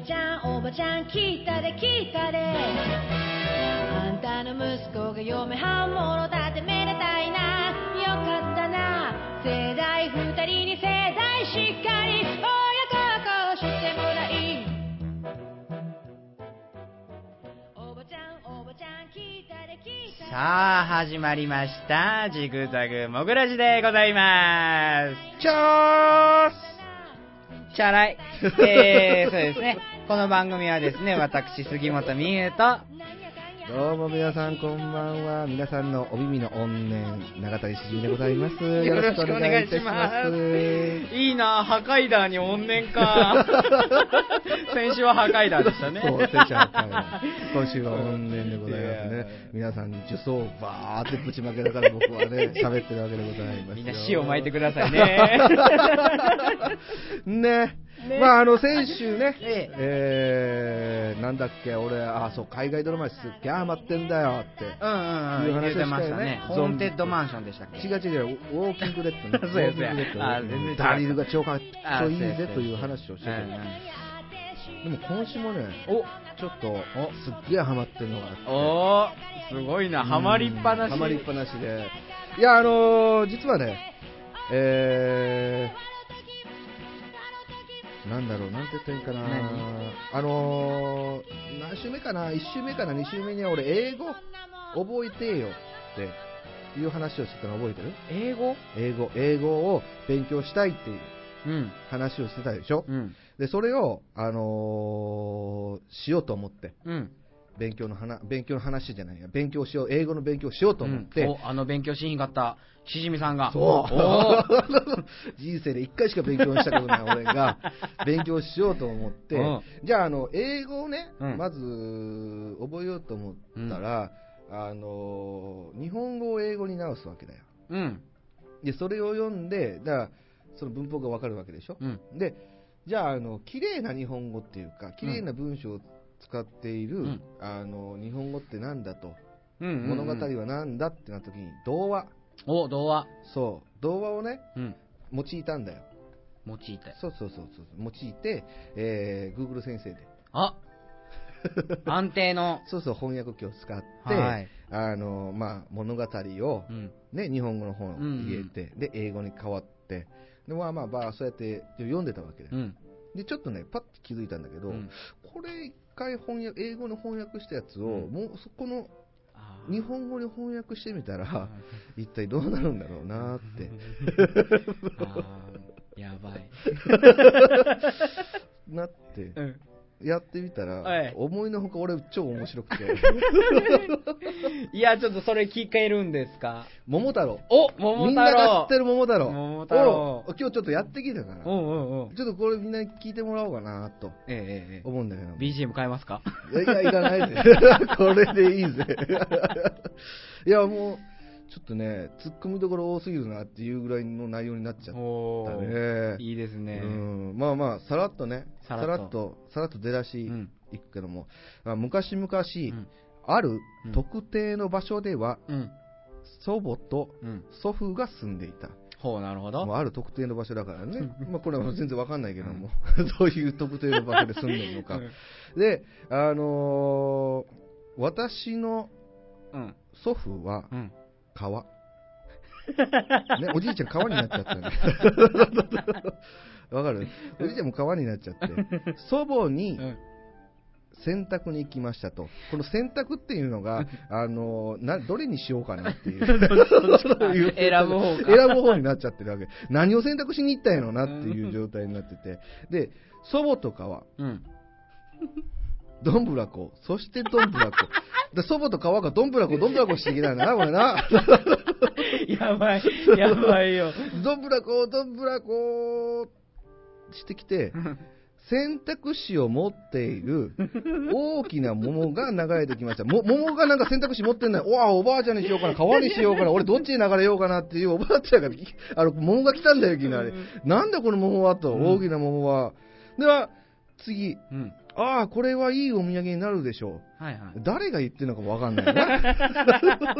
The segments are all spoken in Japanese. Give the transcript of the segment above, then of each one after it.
ばちゃん聞いたで聞いたであんたの息子が嫁はんもろだってめでたいなよかったな世代二人に世代しっかり親孝行してもらいおばちゃんおばちゃん聞いたで聞いたでさあ、始まりました。ジグザグモグラジでございます。チャーチャ ラい。えー、そうですね。この番組はですね、私、杉本美優と、スどうも皆さんこんばんは。皆さんのお耳の怨念、永谷しじゅうでございます。よろしくお願いいたします。いいなハカイダーに怨念 か。先週はハカイダーでしたね。そう、先週は今週は怨念でございますね。皆さんに呪詛をバーってぶちまけながら僕は ね、喋ってるわけでございますよ。みんな死を巻いてくださいね。ね。ねまあ、あの、先週 ね、ええー、なんだっけ、俺、あ、そう、海外ドラマすっげえハマってんだよって。 うんうんうん、言ってましたね。ホゾーンンビテッドマンションでしたっけ違う違う、ウォーキングデッド ね。そうやそうやウォーキングデッドねあ全然違うダリルが超かっあちょいいぜという話をしてうて、んうんでも今週もね、おちょっと、すっげえハマってるのがあって。おー、すごいな、ハマりっぱなし。ハマりっぱなしで。いや、あのー実はね、えー、なんだろう、なんて言ったらいいんか何な。あのー何週目かな ?1 週目かな ?2 週目には俺、英語覚えてよっていう話をしてたの覚えてる英語英語、英語を勉強したいっていううん。話をしてたでしょ、うん。で、それを、あのーしようと思って。うん。勉強の話、勉強の話じゃないや。勉強しよう、英語の勉強をしようと思って、うんおあの勉強しにかった、しじみさんが。そおーう。 人生で一回しか勉強したことない 俺が、勉強しようと思ってうん、じゃあ、あの、英語をね、うんまず、覚えようと思ったら、あの、日本語を英語に直すわけだよ。うん。で、それを読んで、だから、その文法がわかるわけでしょう。ん。で、じゃあ、あの、綺麗な日本語っていうか、綺麗な文章を使っている、うんあの、日本語ってなんだと、うんうんうん物語はなんだってなった時に、童話。お、童話。そう、童話をね、うん。用いたんだよ。用いて。そうそうそうそう、用いて、えー、Google 先生で、あ安定の。 そうそう、翻訳機を使って、はい。あの、まあ、物語をう、ん。ね、日本語の本をうんうん入れて、で、英語に変わって、で、まあまあまあ、そうやって読んでたわけだよ。うん。で、ちょっとね、パッと気づいたんだけど、うんこれ一回翻訳、英語に翻訳したやつを、うんもうそこのあー日本語に翻訳してみたあら、一体どうなるんだろう なーって。ーやばい。なって、うん。やってみたはいら、思いのほか俺超面 白くて、いや、ちょっとそれ聞けるんですか桃太郎。お、桃みん太なが知郎ってる桃太郎。桃太郎を今日ちょっとやってきたから、うちょんうんうん。っとこれみんなに聞いてもらおうかなとえええええ思うんだけど。え。BGM 変えますかいやいや、いらない ぜ。これでいいぜ。いや、もう、ちょっとね、突っ込みどころ多すぎるなっていうぐらいの内容になっちゃっおたーね。いいですね。うん、まあまあ、さらっとね、ささららっっと、さらっと出だしうんいくけども、あ昔々、うんあるうん特定の場所では、うん。祖母とうん。祖父が住んでいた。ほう、なるほど。まあ、ある特定の場所だからね、まあ、これはもう全然わかんないけども、 どういう特定の場所で住んでるのか。で、あのー私のうん。祖父はうん。 川。ね、おじいちゃん川になっちゃった ね。わかるおじいちゃんも川になっちゃって。祖母にうん。洗濯に行きましたと。この洗濯っていうのが、あのーな、どれにしようかなって いう。選ぶ方か。選ぶ方になっちゃってるわけ。何を選択しに行ったんやろなっていう状態になってて。で、祖母とかは、うん。 どんぶらこ、そしてどんぶらこ。で祖母と川がどんぶらこ、どんぶらこしてきたんだな、これな。や ばい。やばいよ。どんぶらこ、どんぶらこしてきて、選択肢を持って いる大きな桃が流れてきました。も桃がなんか選択肢持ってんない。おわ、おばあちゃんにしようかな、川にしよう かな、俺どっちに流れようかなっていうおばあちゃんが、あの、桃が来たんだよ、いきなり。なんだこの桃はと、うん大きな桃は。では、次。うん。ああ、これはいいお土産になるでしょう。はいはい。誰が言ってるのかもわか んないな。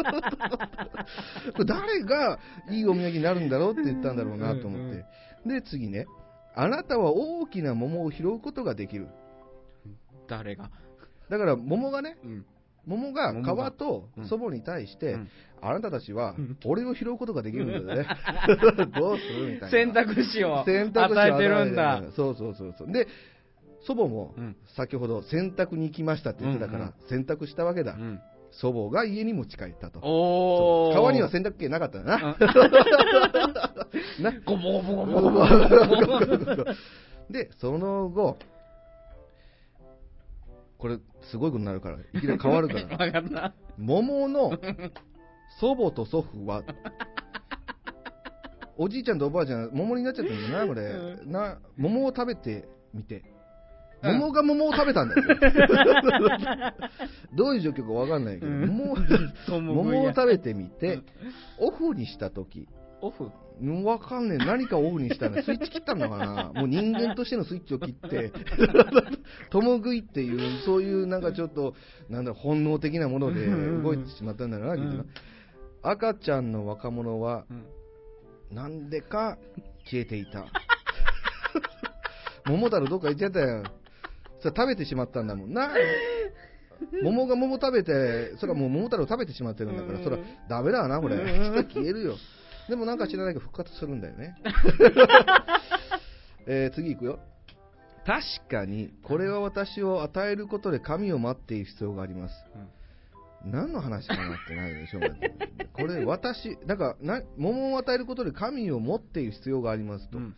これ誰がいいお土産になるんだろうって言ったんだろうなと思って。で、次ね。あなたは大きな桃を拾うことができる。誰が。だから桃がね、うん。桃が川と桃がうん祖母に対して、うんあなたたちはうん俺を拾うことができるんだ よね。どうするみたいな。選択肢を選択肢を与えてるんだ。そうそうそうそう。で、祖母もうん先ほど洗濯に行きましたって言ってたかうんら、洗濯したわけうだ。ん。祖母が家に持ち帰ったと。おー。川には洗濯機なかったんだな。なゴボゴボゴボゴボ。 で、その後、これ、すごいことになるから、いきなり変わ るから。わかった。桃の祖母と祖父は、おじいちゃんとおばあちゃん、桃になっちゃってるんだな、これ。うな、桃を食べてみて。うん桃が桃を食べたんだ よ。どういう状況かわかんないけど、うん桃を桃桃をを食べてみて、オフにしたとき、オフうんわかんねえ。何かオフにしたのスイッチ切ったのかなもう人間としてのスイッチを切って、 共食いっていう、そういうなんかちょっと、なんだろう、本能的なもので動いてしまったんだろうな、きっとうなん赤ちゃんの若者は、うんなんでか消えていた。 桃太郎どっか行っちゃったよ。それ食べてしまったんだもんな。桃が桃食べて、それはもう桃太郎食べてしまってるんだから、それはダメだわな、これ。人消えるよ。でもなんか知らないけど復活するんだよね。えー次行くよ。確かに、これは私を与えることで神を待っている必要があります。何の話かなってなるでしょうね。これ、私、だからな、桃を与えることで神を持っている必要がありますと。うん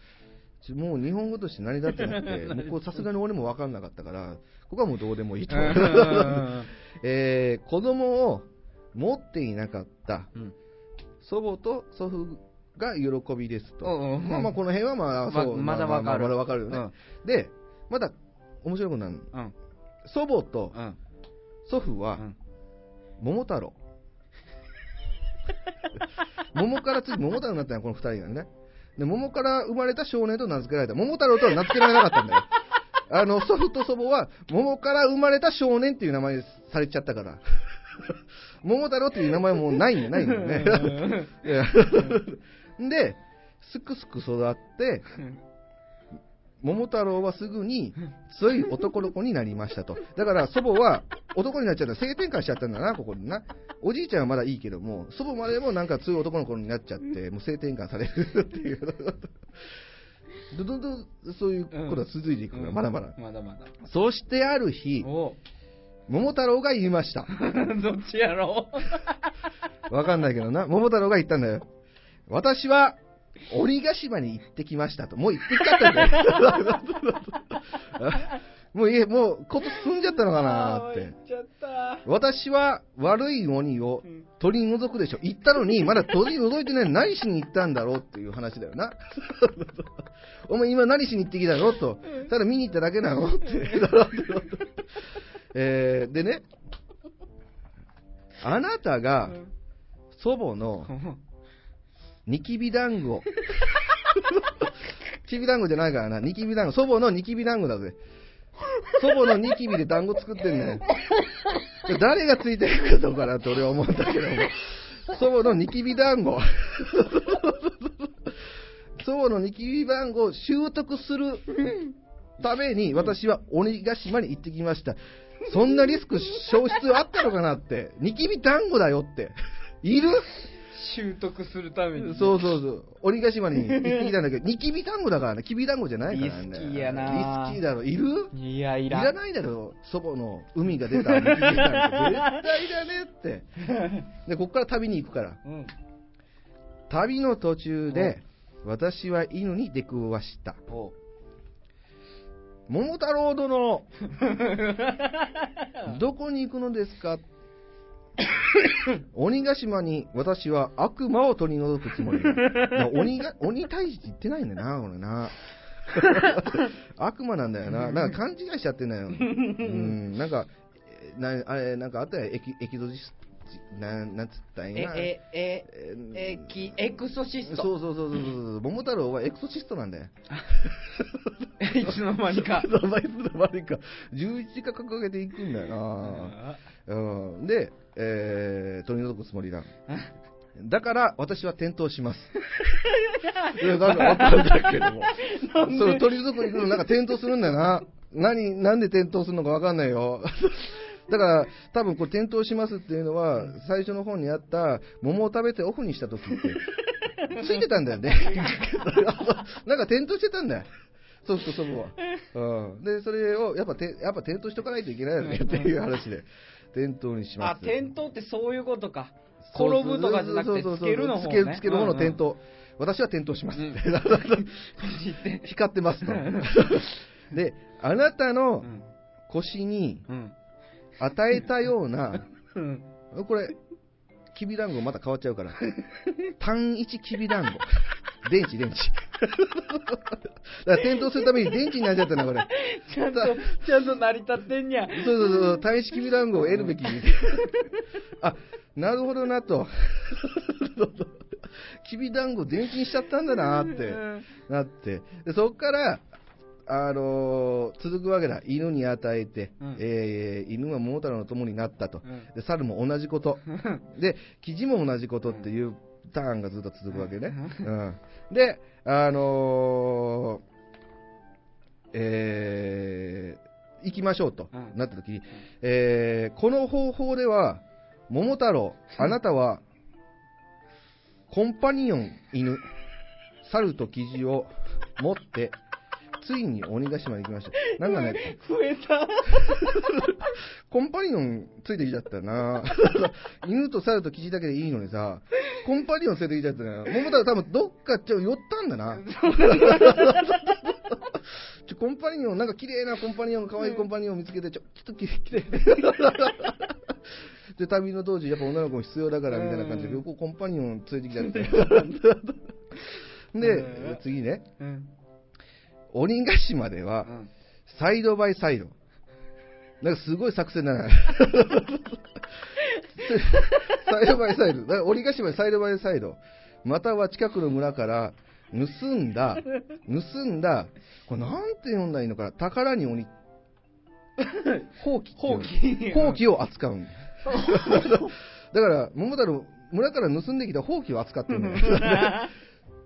ちょもう日本語として成り立って なくて、もうこうさすがに俺も分かんなかったから、ここはもうどうでも いいと思う。 えー子供を持っていなかったうん祖母と祖父が喜びですと。おうおうまあまあ、この辺はまあ、まそうまだまあまあわかるまだわかるよね。で、まだ面白いことなるうん。祖母とうん。祖父は、うん桃太郎 桃から次桃太郎になったのはこの2人なんだねで桃から生まれた少年と名付けられた桃太郎とは名付けられなかったんだよあの祖父と祖母は桃から生まれた少年っていう名前にされちゃったから 桃太郎っていう名前もうないんだよないんだよね いやですくすく育って桃太郎はすぐに強い男の子になりましたと。だから祖母は男になっちゃった。性転換しちゃったんだな、ここでな。おじいちゃんはまだいいけども、祖母までもなんか強い男の子になっちゃって、もう性転換されるっていう。どどんどんそういうことが続いていくから、まだまだ。まだまだ。そしてある日、おう桃太郎が言いました。 どっちやろわかんないけどな。桃太郎が言ったんだよ。私は、鬼ヶ島に行ってきましたと。もう行ってきちゃったん だよ。もういえ、もう、こと進んじゃったのかなっあーて行。っちゃった。私は悪い鬼をうん取り除くでしょ。行ったのに、まだ取り除いてない。何しに行ったんだろうっていう話だ よな。お前今何しに行ってきたのと。ただ見に行っただけなのって。 えーでね、あなたが祖母のニキビ団子。ニキビ団子じゃないからな。ニキビ団子。祖母のニキビ団子だぜ。祖母のニキビで団子作ってんだよ。誰がついてくるのかなって俺は思うんだけども。祖母のニキビ団子。祖母のニキビ団子を習得するために私は鬼ヶ島に行ってきました。そんなリスク消失あったのかなって。ニキビ団子だよって。いる 習得するために。そうそうそう。鬼ヶ 島に行ってきたんだけど、ニキビ団子だからね。キビ団子じゃないからね。リスキーやなリスキーだろ。いるいや、いいらんらないだろ。祖母の海が出たニキビ団子。絶対いらねえって。で、こっから旅に行くから。 うん。旅の途中で、私は犬に出くわした。おう桃太 郎殿どこに行くのですか 鬼ヶ島に私は悪魔を取り除くつもりだな鬼が鬼退治って言ってないんだよな俺な 悪魔なんだよななんか勘違いしちゃってんだようんなんかえなあれなんかあったよエキエキゾジスなんなんつったんえや、え、え、え、えキエクソシスそト。うそうそうそうそう桃太郎はエクソシストなんだよ いつの間にか。名前すら 悪いか11時間掲げていくんだよなうん、で、えー、取り除くつもりだ。だから、私は転倒 します。いや、なんかわかんないけども。その取り除くに行くの、なんか転倒するんだよな。何、なんで転倒するのかわかんない よ。だから、多分これ転倒しますっていうのは、最初の方にあった、桃を食べてオフにした時って、ついてたんだよ ね。なんか転倒してたんだよ。ソフト祖母は。うん。で、それを、やっぱて、やっぱ転倒しとかないといけないよねっていう話で、転倒にしあ、ます。転倒ってそういうことか。転ぶとかじゃなくて、そうつそうそうけるの方つね。ける、つける方の転倒。私は転倒します。うん光っ てますと。で、あなたうのん。腰にうん。与えたような、うん。これ、きびだんごまた変わっちゃうから。単一きびだんご。電池、電池。だから転倒するために電池になっ ちゃったな、これ。ちゃんと、ちゃんと成り立ってんにゃ。そうそうそう、単一きびだんごを得るべき。あ、なるほどなと。 きびだんご電池にしちゃったんだなっうて。んなって、でそこから、あのー続くわけだ、犬に与えて、うんえー犬は桃太郎の友になったと、うんで猿も同じこと、で生地も同じことっていうターンがずっと続くわけね。うんで、あのーえー行きましょうとうんなった時に、えーこの方法では、桃太郎、あなたは、コンパニオン犬、猿と生地を持って、ついに鬼ヶ島に行きました。なんかね、増え た。コンパニオンついてきちゃったな 犬と猿と生地だけでいいのにさ、コンパニオンついてきちゃったな桃太郎多分どっかちょっと寄ったん だな。ちょコンパニオン、なんか綺麗なコンパニオン、可愛いコンパニオンを見つけて、ちょちょっと綺 麗。で、旅の当時、やっぱ女の子も必要だからみたいな感じで、うん横コンパニオン連れてきちゃ って。うでん、次ね、うん。鬼ヶ島でうは、んサイドバイサイド。なんかすごい作戦だな。サイドバイサイド。だから折ヶ島にサイドバイサイド。または近くの村から盗んだ、盗んだ、これなんて読んだらいいのかな。宝に鬼。放棄っていうの。放棄放棄を扱うん。だから、桃太郎、村から盗んできた放棄を扱って るのよ。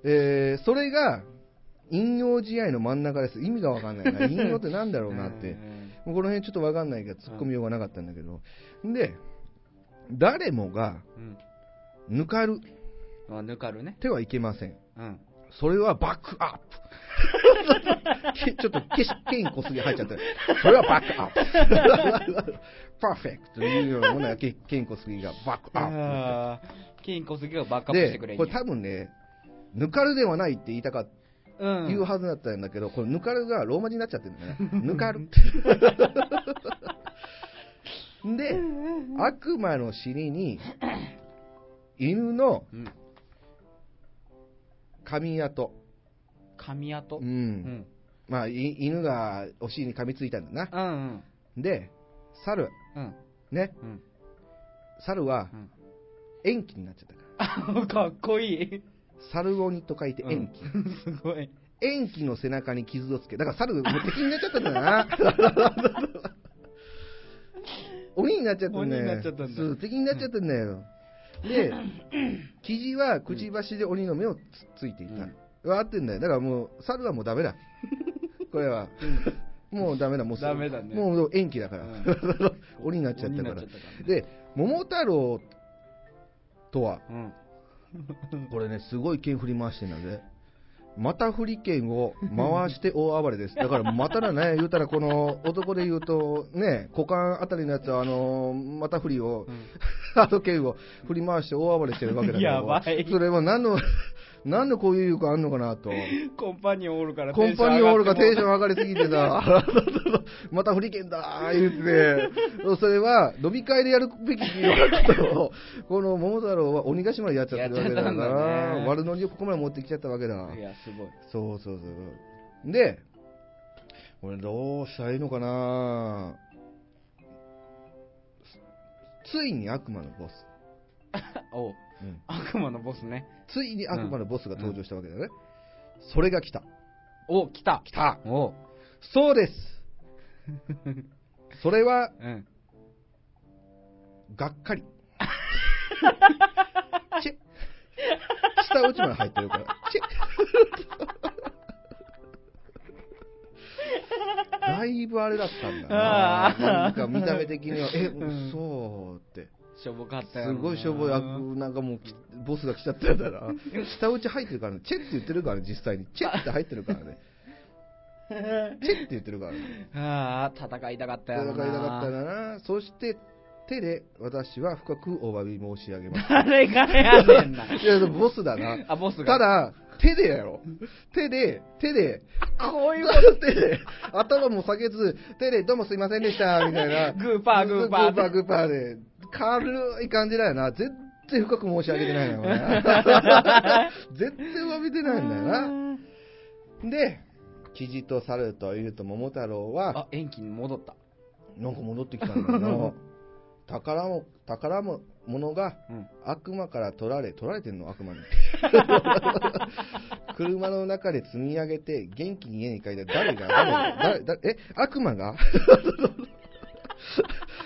えーそれが、引用試合の真ん中です。意味がわかんないな。引用って なんだろうなって。もうこの辺ちょっとわかんないけど、突っ込みようがなかったんだけど。で、誰もが、うん。ぬかるまあ、ぬかるね。手はいけません。うん。それはバックアップ。 けちょっとけし、ケイン小杉入っちゃった。それはバックアップ。 パーフェクトというようなものはケケイン小杉がバックアッあー金小杉がバックプ。アップしてくで、れこれ多分ね、ぬかるではないって言いたかった。うん。言うはずだったんだけど、これ、ぬかるがローマ字になっちゃってるんだよね。 ぬかる。で、悪魔の尻に、犬のうん。髪跡。髪跡う。。うんん。まあ、い犬がお尻に噛みついたんだな。うん。うん。で、猿、うん。ね、うん。 猿はうん延期になっちゃったから。あかっこいい。猿鬼と書いてうん延期。すご い。延期の背中に傷をつけ、だから猿、もう敵になっちゃったん だな。鬼になっちゃったんだよ。鬼になっちゃったんだそう、敵になっちゃったんだよ。で、キジはくちばしで鬼の目をつついていた。わ、合ってんだよ。だからもう、猿はもうダメだ。これは。もうダメだ、もうダメだねもう延期だから。うん 鬼になっちゃった鬼かになっらちゃったから。ねで、桃太郎とは、うん。これね、すごい剣振り回してんだぜ。また振り 剣を回して大暴れです。だから、まただね、言うたら、この男で言うと、ね、股間あたりのやつは、あの、また振りを、 あの剣を振り回して大暴れしてるわけだ けど、やばいそれは何の、何のこういう力あんのかなと。 コンパニオンおるからコンパニオンオールがテンションン上がりすぎてさ、 また振り剣だー言って、それは飲み会でやるべきこと を、この桃太郎は鬼ヶ島でやっちゃってるわけだかやっちゃったんだら、ね悪ノリをここまで持ってきちゃったわけだ。いや、すごい。そうそうそう。で、俺どうしたらいいのかなついに悪魔のボス。おううん悪魔のボスね。ついに悪魔のボスが登場したわけだよね。それが来た。お、来た。来たおう。そうですそれは うん。がっ かり。チェッ下打ちまで入ってる から。チェッだいぶあれだったんだあな。ーなんか見た目的には、え、うんそうって。しょぼかったよすなごいしょぼい、あなんかもうき、ボスが来ちゃったやつだな。下打ち入ってるからね。チェって言ってるからね、実際に。チェって入ってるからね。チェって言ってるからね。 ああ戦いたかったよ戦ないたかったな。そして、手で私は深くお詫び申し上げます。誰がやねんないや、でもボスだな。あボスがただ、手でやろ。手で、手で、こういうこ手で、頭も下げず、手で、どうもすいませんでした、みたいな。グーパーグーパーグーパー、グーパーで。軽い感じだよな。全然深く申し上げてないのよ な。全然詫びてとないんだよな。で、キジと猿と犬と桃太郎は、あ延期に戻ったなんか戻ってきたんだ よな。宝も、宝も、ものがうん悪魔から取られ、取られてん の悪魔に。車の中で積み上げて、元気に家に帰った誰が誰が誰誰え、悪魔が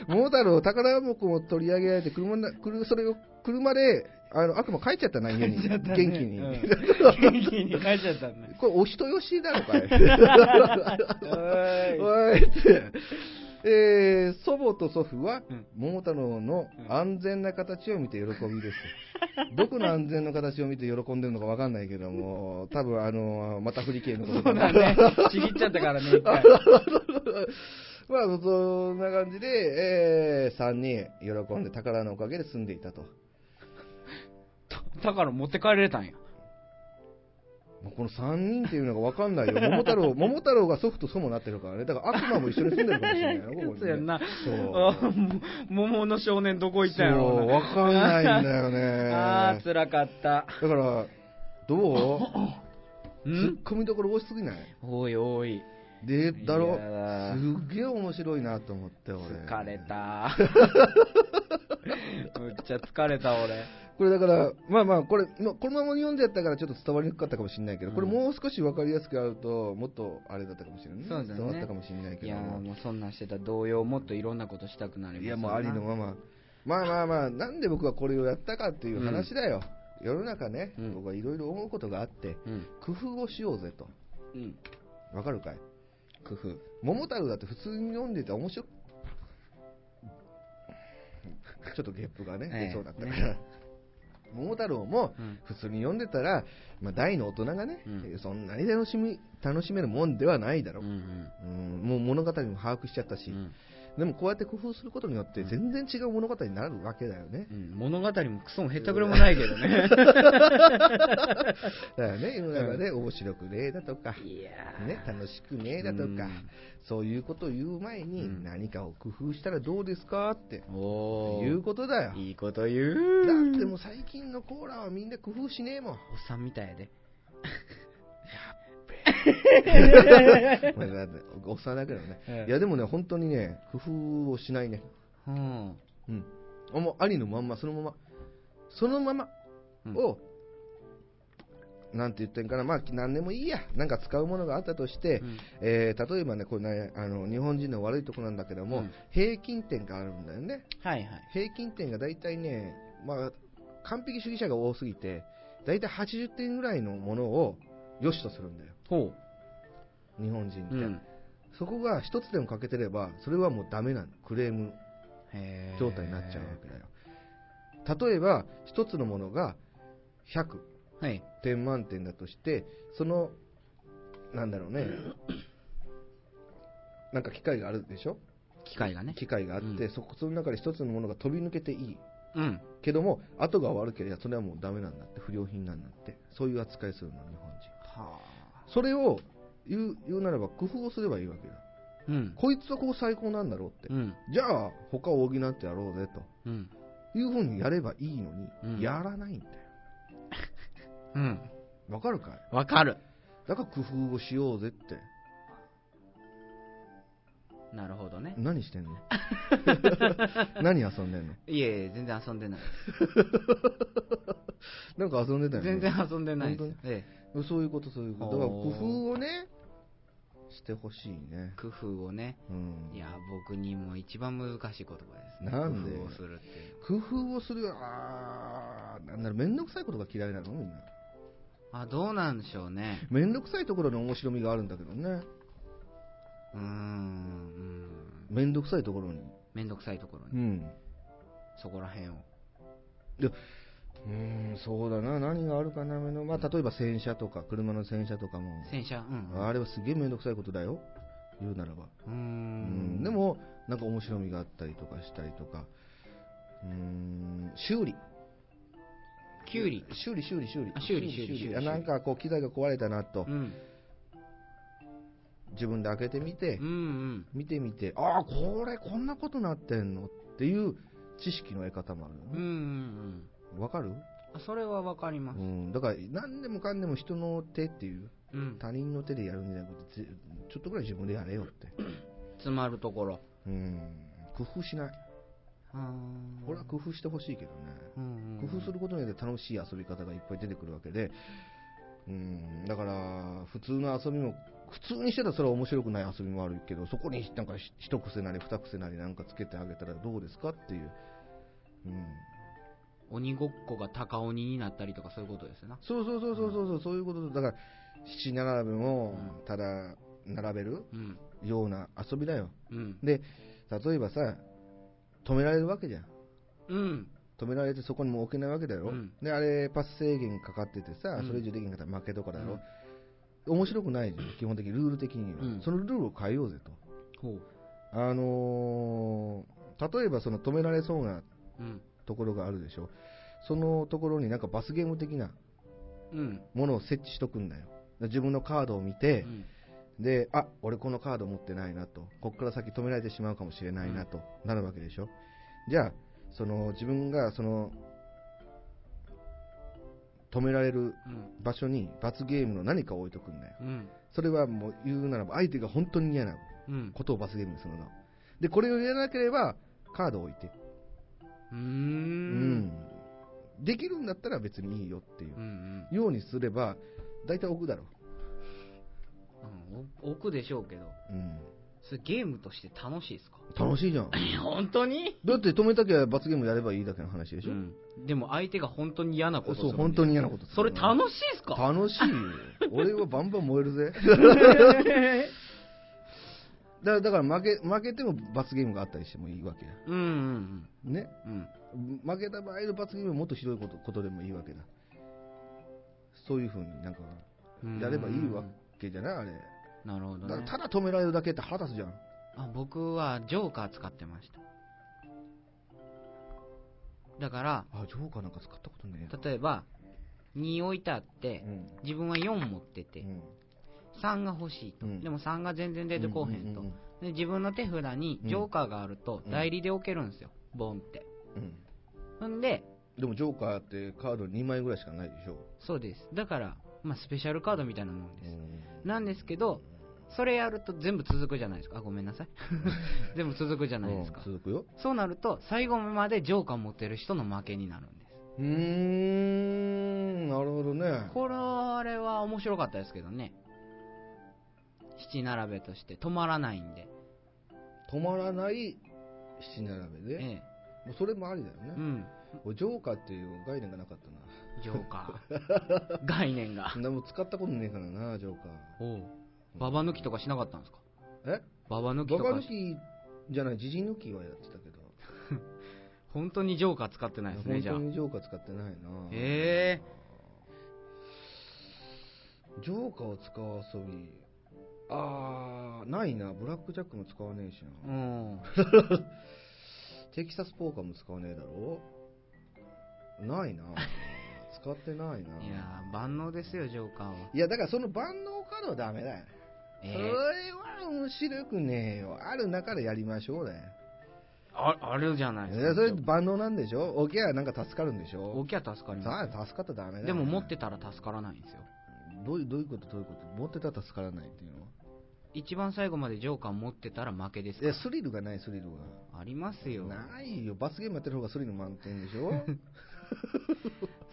桃太郎、宝箱を取り上げられて、車の中車それを車で、あの、悪魔帰っちゃったな、家に。帰っちゃったね元気に。 うん元気に帰っちゃったんだこれ、お人よしなの かいおいおいって。えー祖母と祖父はうん、桃太郎の安全な形を見て喜びです。 どこの安全な形を見て喜んでるのかわかんないけども、多分あのーまた振り切れのことそうだねちぎっちゃったからね一 回まあ、そんな感じで、え3人喜んで宝のおかげで住んでいたと。だから持って帰れたんやまあこの3人っていうのがわか んないよ。桃太郎、桃太郎が祖父と祖母になってるからね。だから悪魔も一緒に住んでるかもしれないよ、ここに ねそうやんなそう。あも桃の少年どこ行ったんやろそうなわかんないんだよ あねー。つらかっただから、どうツんッコミどころ多すぎないおいおいで、だろいやだすげえ面白いなと思って、俺。疲れたむっちゃ疲れた俺これだから、まあまあ、これ、まあこのまま読んでやったからちょっと伝わりにくかったかもしれないけど、これうんもう少し分かりやすくやると、もっとあれだったかもしれない、そうだね伝わったかもしれないけいやどーも。もうそんなんしてたら動揺もっといろんなことしたくなりますいや、もうありのままま。まあまあまあ、なんで僕はこれをやったかっていう話だよ。世の中ね、うん僕はいろいろ思うことがあって、うん、工夫をしようぜと。うん、わかるかい工夫桃太郎だって普通に読んでて面 白くちょっとゲップがね、ええ出そうだったから、桃太郎もうん普通に読んでたら、まあ、大の大人がね、うんえーそんなに楽しみ楽しめるもんではないだろうう、んうんもう物語も把握しちゃったし、うんうんでもこうやって工夫することによって全然違う物語になるわけだよね、うん物語もクソもへったくれもないけどねだからね世の中で面白くねえだとか、いやーね、楽しくねえだとか、うんそういうことを言う前に、うん何かを工夫したらどうですかっておおいうことだよいいこと言うだってもう最近のコーラはみんな工夫しね えもん。おっさんみたいやでまあだっておっさんだけどね。ええいやでもね、本当にね、工夫をしないね。うんうん。あもうありのまんま、そのまま。そのままうんを、なんて言ってんかな、まあ何でもいいや。なんか使うものがあったとして、うんえー例えばね、これね、あの、日本人の悪いとこなんだけども、うん平均点があるんだよね。はいはい平均点が大体ね、まあ、完璧主義者が多すぎて、大体80点ぐらいのものを良しとするんだよ。ほ日本人って、ううんそこが一つでも欠けてればそれはもうダメなのクレームへー状態になっちゃうわけだよ、例えば一つのものが100はい点満点だとしてそのなんだろうねなんか機械があるでしょ機械がね機械があって、うんそこその中で一つのものが飛び抜けていいうんけども後が悪ければそれはもうダメなんだって不良品なんだってそういう扱いするの日本人はあそれを言う言うならば工夫をすればいいわけだうんこいつはこう最高なんだろうってうんじゃあ、他を補ってやろうぜうんというふうにやればいいのに、うんやらないんだよ。うんわかるかいわかるだから工夫をしようぜって。なるほどね何して んの何遊んでんのいえいえ全然遊んでないなんか遊んでたよね。全然遊んでないです本えそういうこと、そういうこと。だからほう工夫をね、してほしいねえ。工夫をねうんい。や僕にも一番難しい言葉ですねなんで工夫をするっていうのは工夫をする、あー、なんだろう、めんどくさいことが嫌いなのみんな。あどうなんでしょうねめんどくさいところに面白みがあるんだけどね。うーんうんめんどくさいところに。めんどくさいところうに、ん。そこら辺をうーん、そうだな。何があるかな。目のまあ、例えば洗車とか、車の洗車とかも。洗車うんあれはすげえめんどくさいことだよ。言うならば。うーうんん。でも、なんか面白みがあったりとかしたりとか。うーん、修理。キュウリ修理、修理、修理。あ修理修理修理あなんかこう、機材が壊れたなとう、ん自分で開けてみてうんう、ん見てみて、ああ、これこんなことなってんのっていう知識の得方もあるようんうね。んわかるうんそれはわかりまうすん。だから、何でもかんでも人の手っていう、うん他人の手でやるんじゃなくて、ぜちょっとぐらい自分でやれよって。詰まるところうん。工夫しない。これは工夫してほしいけどね。工夫することによって楽しい遊び方がいっぱい出てくるわけで、うん、だから、普通の遊びも、普通にしてたらそれは面白くない遊びもあるけど、そこになんかひ一癖なり二癖なりなんかつけてあげたらどうですかっていう。うん。鬼ごっこが高鬼になったりとかそういうことですよなそうそうそうそうそう、うそういうことだから、七並べも、ただ、並べるうんような遊びだよ。うんで、例えばさ、止められるわけじゃん。うん止められてそこにも置けないわけだろ、うんであれパス制限かかっててさうんそれ以上できなかったら負けとかだろ、面白くないじゃん基本的にルール的には、うんそのルールを変えようぜとほうあのー例えばその止められそうなうんところがあるでしょそのところになんかバスゲーム的なうんものを設置しとくんだよ自分のカードを見て、であ俺このカード持ってないなとこっから先止められてしまうかもしれないなと、なるわけでしょじゃあその自分がその止められるうん場所に罰ゲームの何かを置いとくんだようんそれはもう言うならば相手が本当に嫌なうんことを罰ゲームにするのでこれをやらなければカードを置いてうーうんできるんだったら別にいいよっていううんうんようにすれば大体置くだろうんお置くでしょうけどう、うん、それゲームとして楽しいですか楽しいじゃん 本当にだって止めたきゃ罰ゲームやればいいだけの話でしょ、でも相手が本当に嫌なことするそう、本当に嫌なことするそれ楽しいですか楽しいよ。俺はバンバン燃えるぜ。だだから負け、負けても罰ゲームがあったりしてもいいわけだ。 うんうんね。うんうん負けた場合の罰ゲームはもっとひどいことことでもいいわけだ。そういうふうになんか、うんやればいいわけじゃないあれ。なるほだどからねただ止められるだけって腹立つじゃん。あ僕はジョーカー使ってましただからあ、ジョーカーなんか使ったことねえな。例えば2置いてあってうん自分は4持ってて3が欲しいとうんでも3が全然出てこうへんとうんで自分の手札にジョーカーがあるとうん代理で置けるんですよボンってうんうんほんででもジョーカーってカード2枚ぐらいしかないでしょ。そうですだから、まあ、スペシャルカードみたいなもんです、うんなんですけどそれやると全部続くじゃないですかあごめんな さい全部続くじゃないですか、うん続くよ。そうなると最後までジョーカー持ってる人の負けになるんですうーん、なるほどね。これは面白かったですけどね七並べとして止まらないんで止まらない七並べで、えもうそれもありだよえねう、ん俺ジョーカーっていう概念がなかったなジョーカー概念がそんなもん使ったことねえからなジョーカーおうババ抜きとかしなかったんですかえババ抜きバとバか抜しきじゃないジジ抜きはやってたけど本当にジョーカー使ってないですね本じゃあ当にジョーカー使ってないなへえジョーカーを使う遊びあーないなブラックジャックも使わねえしな、うん テキサスポーカーも使わねえだろないな使ってないないやー万能ですよジョーカーはいやだからその万能カードはダメだよそえれーは面白くねえよ。ある中でやりましょうね。ああるじゃないいですやかそれ万能なんでしょ置きゃなんか助かるんでし大ょきいは助かりまさあ、助かったらダメすだよ、でも持ってたら助からないんですよどういう。どういうことどういうこと持ってたら助からないっていうのは。一番最後までジョーカー持ってたら負けですいかや、らスリルがない、スリルが。ありますよないよ。罰ゲームやってる方がスリル満点でし ょ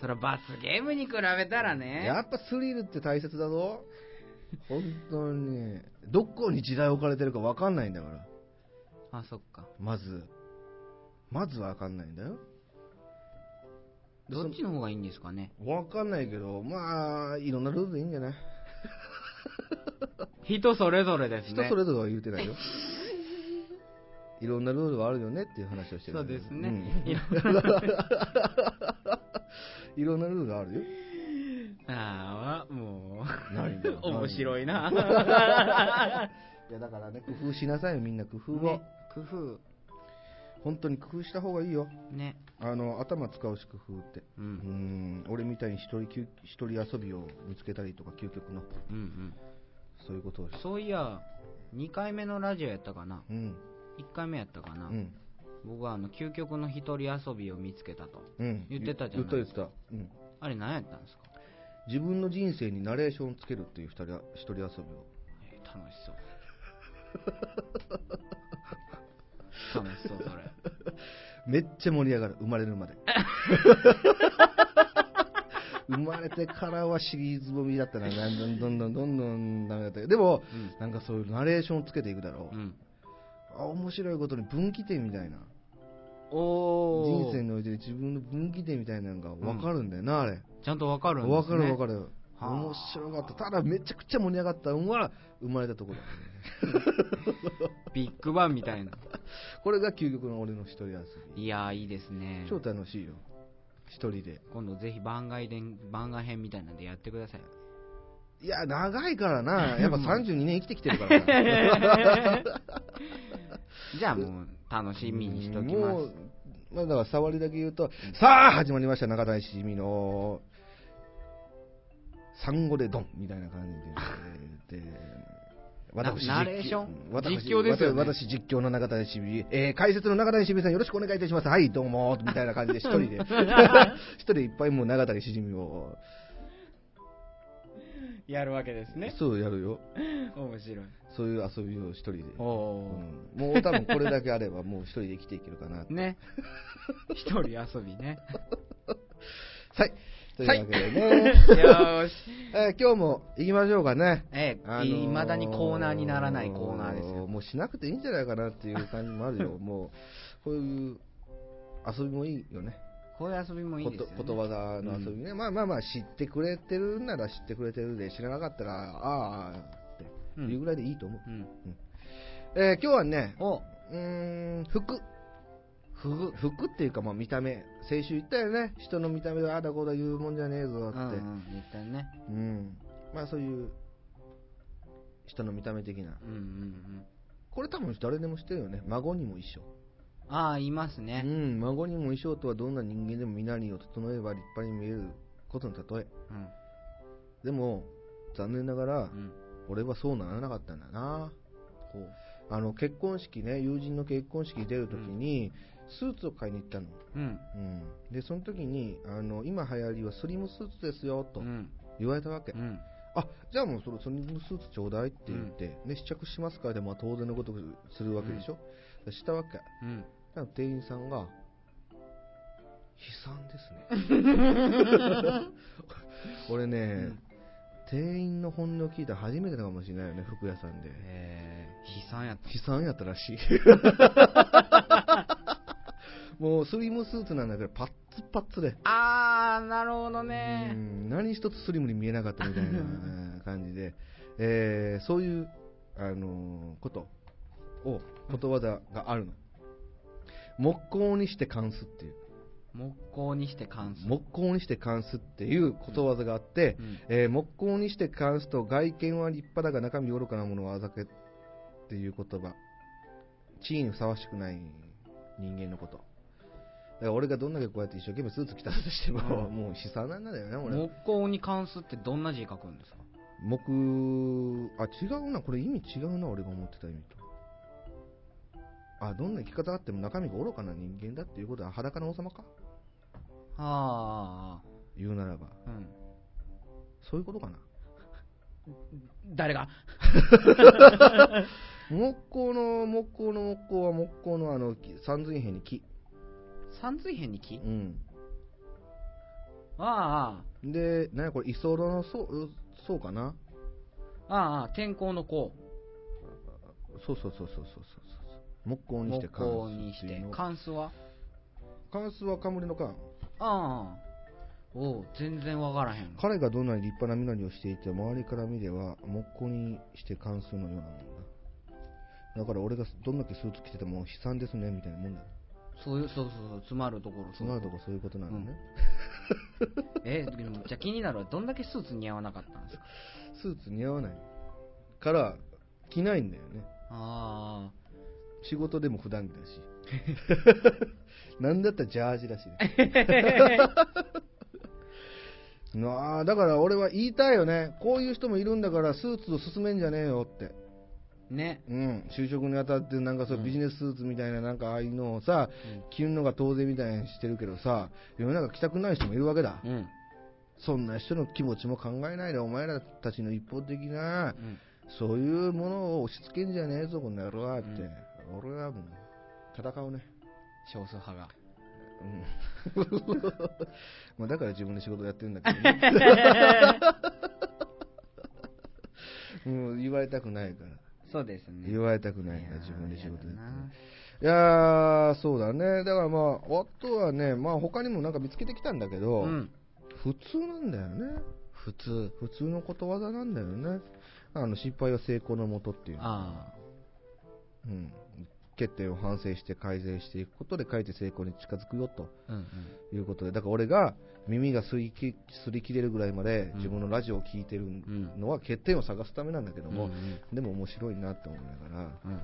それは罰ゲームに比べたらやねっぱスリルって大切だぞ。 本当に。どこに時代置かれてるか分かんないんだから。あそっかまず。まず分かんないんだよ。でどっちの方がいいんですかねわかんないけど、まあ、いろんなルールでいいんじゃない人それぞれですね。人それぞれは言うて ないよ。いろんなルールはあるよねっていう話をしてる。そうですねうんい いろんなルールがあるよ。ああ、もないよう、 面白い な。いやだからね、工夫しなさいよ、みんな工夫を。ね工夫。本当に工夫した方がいいよ。ね。あの、頭使うし工夫って。う。うんん、俺みたいに一人きゅ一人遊びを見つけたりとか、究極の、うんうん。そういうことをしそういや、2回目のラジオやったかなうん、 ?1 回目やったかうな、ん、僕はあの、究極の一人遊びを見つけたと。うん。言ってたじゃない言った言ってた。うん。あれ何やったんですか自分の人生にナレーションをつけるっていう二人は一人遊びを。えー楽しそう。 楽しそう、それ。めっちゃ盛り上がる、生まれる まで。生まれてからはシリーズボミだったな、どんどんどんどんどんダメだったけど、でも、うんなんかそういうナレーションをつけていくだろうう。ん。あ面白いことに分岐点みたいな。おー。人生において自分の分岐点みたいなのが分かるんだよな、あれ。ちゃんとわかるんで分すかね。る分る。かる。はあ面白かった。ただめちゃくちゃ盛り上がったのは生まれたところだね。ビッグバンみたいな。これが究極の俺の一人遊いやー、いいですねび。。超楽しいよ。一人で。今度ぜひ番外伝、番外編みたいなんでやってください。いや、長いか らな。やっぱ32年生きてきてるからな。じゃあもう、楽しみにしときまもすう。、まあ、だから触りだけ言うと、さあ始まりました、中谷しじみの、産後でドンみたいな感じで。で 私なナレーション私実況ですよね私実況の中谷しみ、えー解説の中谷しみさんよろしくお願いいたします。はい、どうも、みたいな感じで一 人で、 一人いっぱいもう中谷しじみを、やるわけです。そうやるよ。面白い。そういう遊びを一人で。おうんもう多分これだけあればもう一人で生きていけ るかなってー。ね。一人遊びね。はい。というわけでね、 よーし。えー今日も行きましょうかね。ええ、あのいまだにコーナーにならないコーナーですよ。もうしなくていいんじゃないかなっていう感じもある よ。もう、こういう遊びもいいよね。こういう遊びもいいですよ、ね。ことことわざの遊びね。まあまあまあ、知ってくれてるなら知ってくれてるで、知らなかったら、ああ、っていうぐらいでいいと思う。うん。えー今日はね、お、うーん、服。ふぐ。服っていうか、まあ見た目。先週言ったよね。人の見た目でああだこうだ言うもんじゃねえぞうって。ん、うん、言ったね。うん、まあそういう人の見た目的なうんうんうん。これ多分誰でも知ってるよね孫にも一緒ああ、いますうね。ん孫にも衣装とはどんな人間でも身なりを整えば立派に見えることの例えうん。でも残念ながらうん。俺はそうならなかったんだなこう。あの結婚式ね友人の結婚式に出るときにスーツを買いに行ったの、うん。うん、でその時にあの今流行りはスリムスーツですよとうん。言われたわけ、うん。あじゃあもうそのスリムスーツちょうだいって言って、ね、試着しますからで、まあ、当然のことくするわけでしょ、したわけだうん。から店員さんが悲惨ですね俺ね、店員の本音を聞いたら初めてかもしれないよね服屋さんでえー、悲惨やった。悲惨やったらしいもうスリムスーツなんだけどパッツパッツであー、なるほどうね。ん何一つスリムに見えなかったみたいなえー感じで、えーそういう、あのーことをことわざがあるの木工にして関すっていう木工にして関数。木工にして関すっていうことわざがあって、うん。えー木工にして関すと外見は立派だが中身愚かなものはあざけっていう言葉地位にふさわしくない人間のことだから俺がどんだけこうやって一生懸命スーツ着たとしても、うんもう悲惨なんだよね俺は木工に関数ってどんな字書くんですか木、あ、違うな、これ意味違うな、俺が思ってた意味と。あ、どんな生き方があっても中身が愚かな人間だっていうことは裸の王様かあ言うならば。ー、うん。そういうことかな。誰が木工の、木工の木工は木工のあの、木三髄編に木。三髄編に木うん。あで、なにこれ、居候のそう、そうかなあ、ああ、天候の子。そうそうそうそうそうそうそう。木工にして木関工数にってしいうての。関数は関数は冠の関。ああ。おう全然わからへん。彼がどんなに立派な身なりをしていて周りから見れば木工にして関数のようなもんだだから俺がどんだけスーツ着てても悲惨ですねみたいなもんだよそういう、そうそうそう、詰まるところ。つまるとこそういうことなんだね、え、でもじゃあ気になるわ。どんだけスーツ似合わなかったんですかスーツ似合わないから着ないんだよねああ。仕事でも普段着だしなんだったらジャージだし、ね、 なあだから俺は言いたいよねこういう人もいるんだからスーツを勧めんじゃねえよってね。うん、就職にあたってなんかそううんビジネススーツみたいななんかああいうのをさ、着るのが当然みたいにしてるけどさ世の中着たくない人もいるわけだ、うん。うん。そんな人の気持ちも考えないでお前らたちの一方的なうんそういうものを押し付けんじゃねえぞこの野郎はって、うん俺はもう戦うね少数派が。うん まあだから自分で仕事やってるんだけどね うん言われたくないからそうですね。言われたくないやかーら自分で仕事やってやだなるいやーそうだねだからまああとはねまあ他にもなんか見つけてきたんだけど、うん。普通なんだよね普通普通のことわざなんだよねあの失敗は成功のもとっていうのあうん、欠点を反省して改善していくことで書いて成功に近づくよとあ。うんうん。いうことでだから俺が耳がすりきすり切れるぐらいまでうん自分のラジオを聞いてるんのは欠点を探すためなんだけども、うんうんでも面白いなって思いながらうん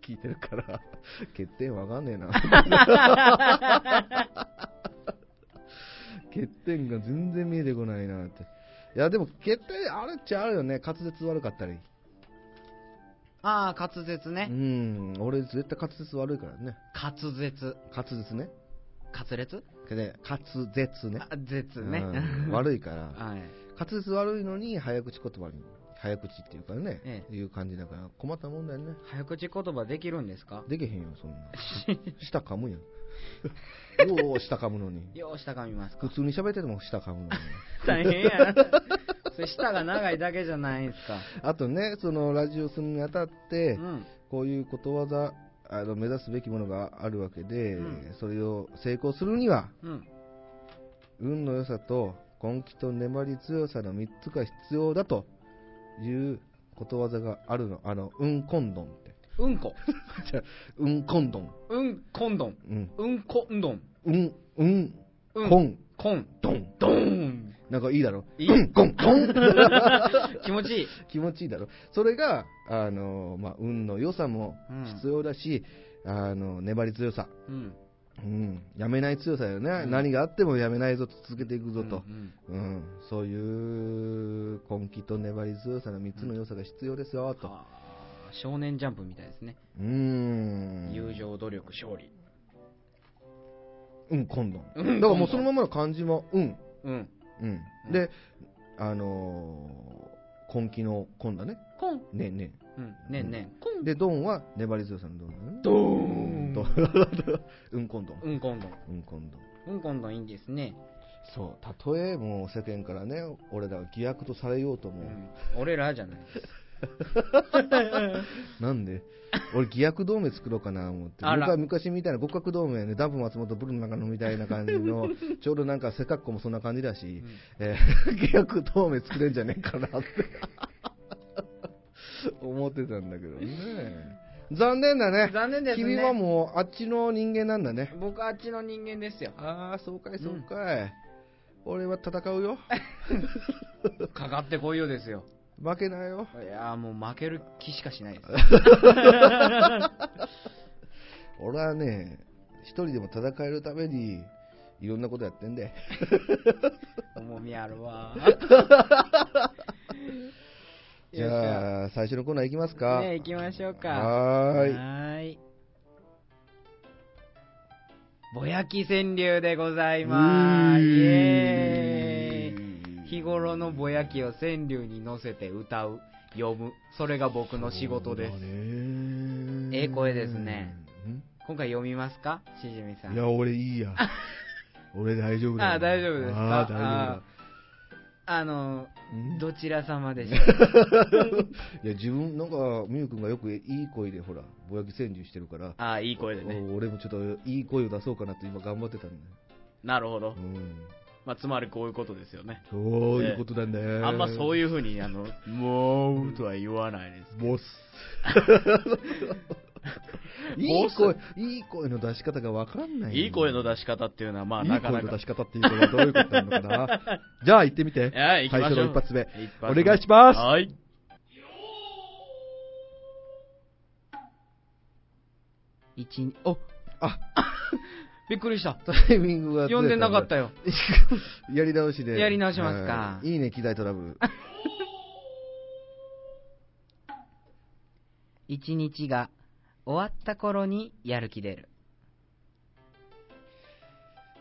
聞いてるから 欠点わかんね えな欠点が全然見えてこないなっていやでも欠点あるっちゃあるよね滑舌悪かったりああ、滑舌うね。ん俺絶対滑舌悪いからね滑舌。滑舌ね滑舌で滑舌ねあ、舌うね。 ん悪いからはい。滑舌悪いのに早口言葉に早口っていうかね、えいう感じだから困ったもんだよね早口言葉できるんですかできへんよそんな 舌噛むやんおお舌噛むのによう舌噛みますか普通に喋ってても舌 噛むのに大変やな。それ舌が長いだけじゃないんすか。あとねそのラジオするにあたって、うん。こういうことわざあの目指すべきものがあるわけで、うんそれを成功するにはうん。運の良さと根気と粘り強さの3つが必要だということわざがあるのあの運根丼って うんこ。じゃあ運根丼うんこんどん。うんうんこんどん。運う運ん根こん。丼どん。なんかいいだろいい運根 丼気持ちいい。気持ちいいだろそれがあの、まあ、運の良さもうん必要だし、あの粘り強さうん。うん、やめない強さよね、うん何があってもやめないぞと続けていくぞと、うんうんそういう根気と粘り強さの3つの良さが必要ですよ、うんとはあ少年ジャンプみたいですね。うーん友情、努力、勝利。うん今度うんだからもうそのままの漢字もうん、うん。うんうんであのー根気の今だねこん。ねんねうん。ねんねん。こんん。でドンは粘り強さのドンだねどーうんんとうん今度うんこんどん。うん今度うんこんどんいいですね。そうたとえもう世間からね俺らは偽悪とされようとうも、ん。俺らじゃない。なんで俺、偽悪同盟作ろうかな思って、あら昔昔みたいな互角同盟ね、ダンプ松本、ブルの中野みたいな感じの、ちょうどなんか背格好もそんな感じだし、えー偽悪同盟作れんじゃねえかなって思ってたんだけどね、残念だ ね、残念ですね君はもうあっちの人間なんだね、僕あっちの人間ですよ。ああ、そうかい、そうかい、俺は戦 うよ、かかってこいよですよ。負けないよ。いやーもう負ける気しかしないです。俺はね、一人でも戦えるために、いろんなことやってんで。 重みあるわ。じゃあ、最初のコーナーいきますか。ね行きましょうか。はーい。ーい。ぼやき川柳でございまはす。イいエーイ。日頃のぼやきを川柳に乗せて歌う、読む。それが僕の仕事です。すええ声ですね。今回読みますかしじみさんいん。や、俺いい や。俺大丈夫だよ。あ、大丈夫ですかあー大丈あーあの、夫だ。どちら様でしょうか いや、自分、なんか、みゆくんがよくいい声で、ほら、ぼやき川柳してるから、あーいい声でね。お俺もちょっといい声を出そうかなって今頑張ってたんだよ。なるほどう。ん。まあ、つまりこういうことですよね。そういうことだね。あんまそういう。いうふうに、あの、もうとは言わないです。ボス。 いい声、いい声の出し方がわかんない。いい声の出し方っていうのは、まあ、いいなかな声のか。出し方っていうのはどういうことなのか な。じゃあ行ってみて。はい、行きましょ最う。初の一発目一お願いしますはい。一二おあ、びっくりした。タイミングがずれ読んでなかったよ。 やり直しで。やり直しますかはいいいね、機材トラ ブル。一日が終わった頃にやる気出る。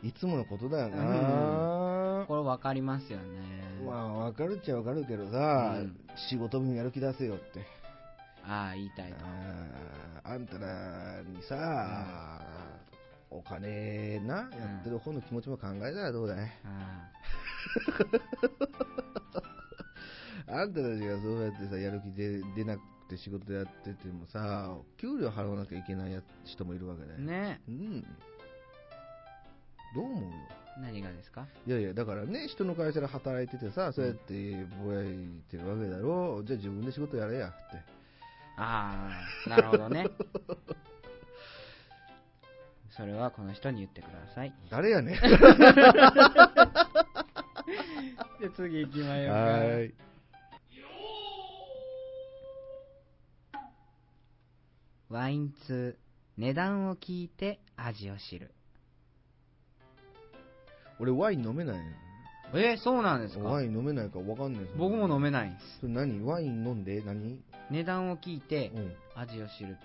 いつものことだよな。これわかりますよね。まあ、わかるっちゃわかるけどさ、うん仕事分やる気出せよって。ああ、言いたいと。あーあんたらにさ、お金な、やってる方の気持ちも考えたらどうだいああんたたちがそうやってさ、やる気で出なくて仕事やっててもさ、給料払わなきゃいけないや人もいるわけだあよ。ねうん。どう思うよ何がですかいやいや、だからね、人の会社で働いててさ、そうやってぼやいてるわけだろ、じゃあ自分で仕事やれやって。ああ、なるほど ね。それはこの人に言ってください。誰やねん。じゃ次行きまはーい。ワイン通、値段を聞いて味を知る。俺ワイン飲めない。えーそうなんですかワイン飲めないからわかんない。僕も飲めめないんです。それ何ワイン飲んで何値段を聞いてうん。味を知る。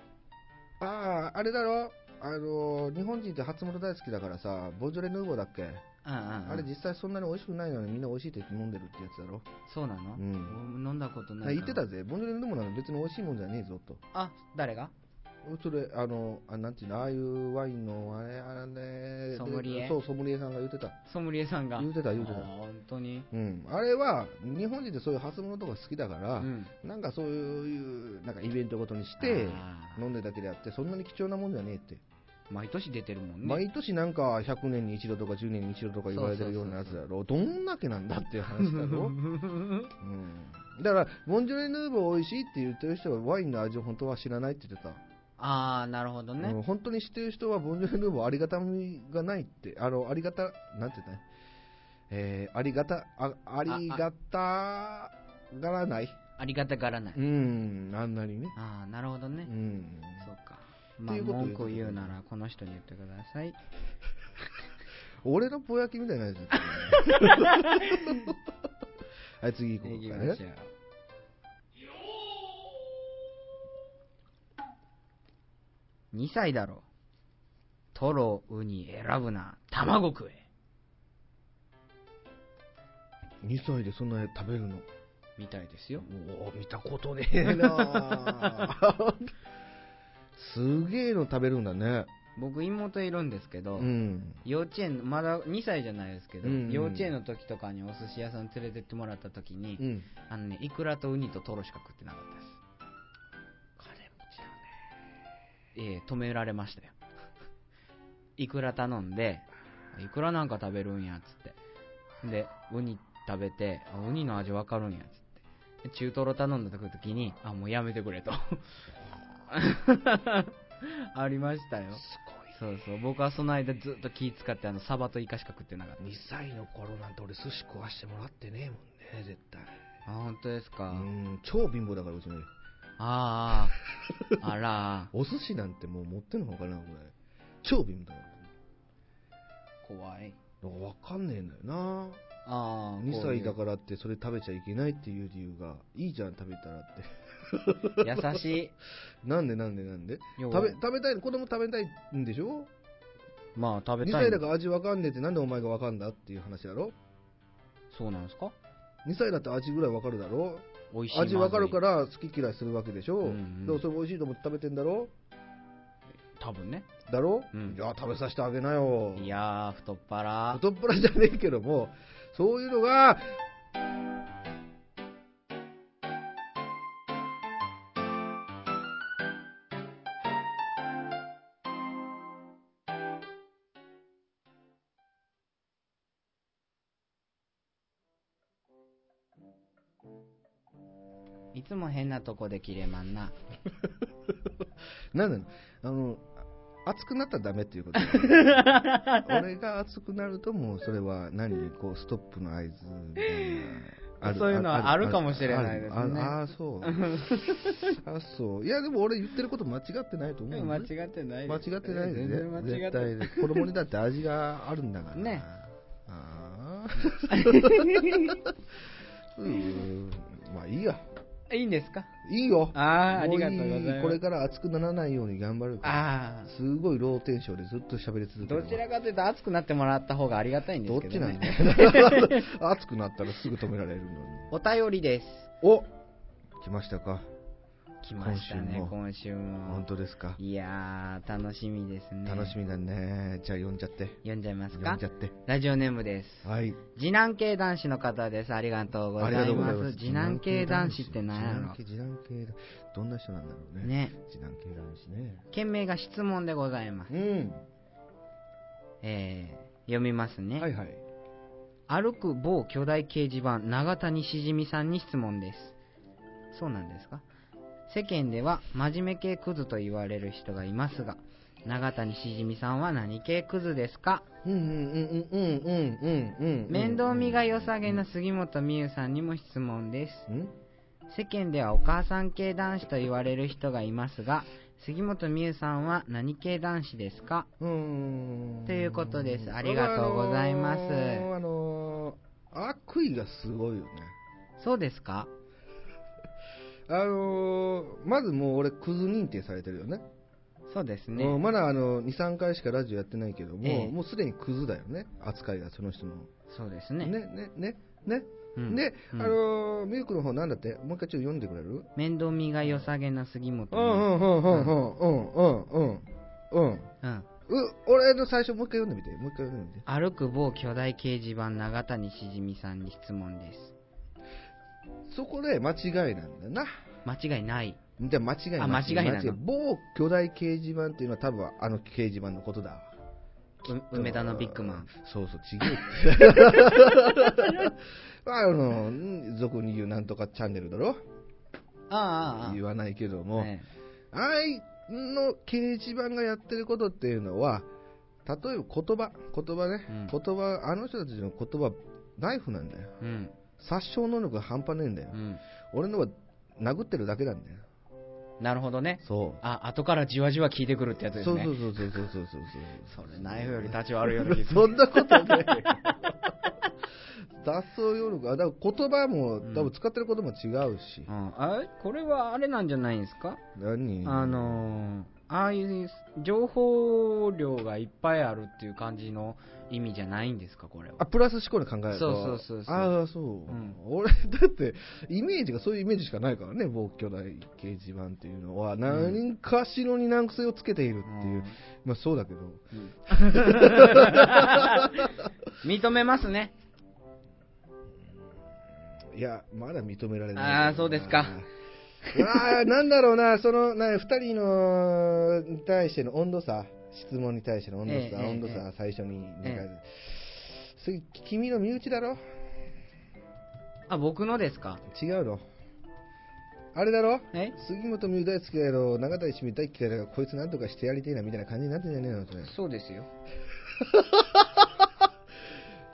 ああ、あれだろあのー、日本人って初物大好きだからさ、ボジョレ・ヌーボーだっけあああれ実際そんなに美味しくないのにみんな美味しいって言って飲んでるってやつだろ、そうなの、うん、飲んだことない言ってたぜボンジョレ・ヌーボーなんか別に美味しいもんじゃねえぞとあ誰がそれあのあなんていうのああいうワインのあれあれソムリエそうソムリエさんが言ってたソムリエさんが言ってた言ってあた本当にうん、あれは日本人ってそういう初物とか好きだかうら、んなんかそういうなんかイベントごとにしてあー飲んでるだけであってそんなに貴重なもんじゃねえって、毎年出てるもんね毎年なんか100年に一度とか10年に一度とか言われてるようなやつだろどんだけなんだっていう話だろうんだから、ボンジョレ・ヌーボー美味しいって言ってる人はワインの味を本当は知らないって言ってた。 ああなるほどね、うん本当に知ってる人はボンジョレ・ヌーボーありがたみがないって、あの、ありがた、なんて言ったのえー、ありがた、あありがたがらない。ありがたがらない、うん、あんなにね。ああなるほどうね、ん。そうかまあっていうことを文言う句を言うならこの人に言ってください俺のぼやきみたいなやつだったね はい、次行こ行きうかましょね。う2歳だろトロウニ選ぶな卵食え2歳でそんなに食べるの。みたいですよおお見たことねえなあ すげえの食べるんだね僕妹いるんですけうど、ん幼稚園まだ2歳じゃないですけど、うんうん幼稚園の時とかにお寿司屋さん連れてってもらった時に、うんあのねイクラとウニとトロしか食ってなかったです金持ちよねええ止められましたよ イクラ頼んでイクラなんか食べるんやっつってでウニ食べてあウニの味わかるんやっつってで中トロ頼んだ時にあもうやめてくれと ありましたよそうそう僕はその間ずっと気使ってあのサバとイカしか食ってなかった2歳の頃なんて俺寿司食わしてもらってねえもんね絶対あ本当ですか、うん超貧乏だからうちの家あーあーあらお寿司なんてもう持ってんのほかなこれ超貧乏だからー怖いだから分かんねえんだよなああ2歳だらからってそれ食べちゃいけないっていう理由がいいじゃん食べたらって優しなんでなんでなんで いよう食べ食べたい子供食べたいんでしょまあ食べ2たい歳だから味わかんねえってなんでお前がわかんだっていう話だろそうなんですか2歳だって味ぐらいわかるだろ美味しい味わかるからら好き嫌いするわけでしょ、うんうんでもそれ美味しいと思って食べてんだろ多分ねだろ、うんじゃあ食べさせてあげなよいやー太っ腹太っ腹じゃねえけどもそういうのがいつも変なとこで切れまんな。なんなのあの、あ熱くなったらダメっていうこと。 俺が熱くなるともうそれは何こうストップの合図みたいな そういうのはあるかもしれないですねあるあ あそうあそういやでも俺言ってること間違ってないと思うよ間違ってない間違ですってないで全ね然間違絶って対子供にだって味があるんだからねああ うんまあいいやいいんですかいいよあーあもりがとうございますいこれから熱くならないように頑張るからああ。すごいローテンションでずっと喋り続けるどちらかというと熱くなってもらった方がありがたいんでどすっけちど、なね。んだよ 熱くなったらすぐ止められるのにお便りです。お来ましたか来ましたね、今今週も。本当ですかいやー、楽しみですね。楽しみだねじゃあ呼んじゃって読んじゃいます呼かんじゃってラジオネームです。はい次男系男子の方です。ありがとうございありがとうごまざす。次男系男子って何やろ次男系男子どんな人なんだろうねね。次男系男子ね件名が質問でございます。うえー、読みますね。んはいはい歩く某巨大掲示板永谷しじみさんに質問ですそうなんですか世間では真面目系クズと言われる人がいますが永谷しじみさんは何系クズですか、うんうんうんうんうんうんうん面倒見が良さげな杉本美優さんにも質問ですうん世間ではお母さん系男子と言われる人がいますが杉本美優さんは何系男子ですかうーんということですありがとうございます僕はあのーあのー悪意がすごいよねそうですかあのーまずもう俺クズ認定されてるよねそうですうんねまだあの23回しかラジオやってないけども、ええもうすでにクズだよね扱いがその人のそうですねねねねねうんで、うんあのーミルクの方なんだってもう一回ちょっと読んでくれる面倒見が良さげな杉本美う優んうさんんうんうんうんうんうんうんうんうんう俺の最初もう一回読んでみてもう一回読んでみて歩く某巨大掲示板永谷しじみさんに質問ですそこで間違いなんだな間違いないじゃあ間違いあ間違いなの某巨大掲示板っていうのは多分あの掲示板のことだわう梅田のビッグマンそうそう ちげえってあのうん俗に言うなんとかチャンネルだろあ言わないけども、ねあいの掲示板がやってることっていうのは例えば言葉言葉ね、うん言葉あの人たちの言葉ナイフなんだようん殺傷能力が半端ねえんだよ、うん俺のは殴ってるだけなんだよなるほどねそうあ後からじわじわ効いてくるってやつですそうねそうそうそうそうそうそうそれナイフより立ち悪いよう な気がするそんなことない脱走能力あだから言葉もうん多分使ってることも違うしう、んあこれはあれなんじゃないんですか何あのーああいう情報量がいっぱいあるっていう感じの意味じゃないんですかこれはあプラス思考に考えるとそうそうそうそうああそう、ん俺だってイメージがそういうイメージしかないからね暴挙大掲示板っていうのは何かしらに難癖をつけているっていうう、んまあそうだけど 認めますねいやまだ認められないあーそうですかあーなんだろうなそのな2人のに対しての温度差質問に対しての温度差、ええええ温度差最初になんか、えそれ君の身内だろあ僕のですか違うのあれだろえ杉本美優大好きだけど永谷しみ大嫌いだからこいつなんとかしてやりてえなみたいな感じになってんじゃねえのそれそうですよ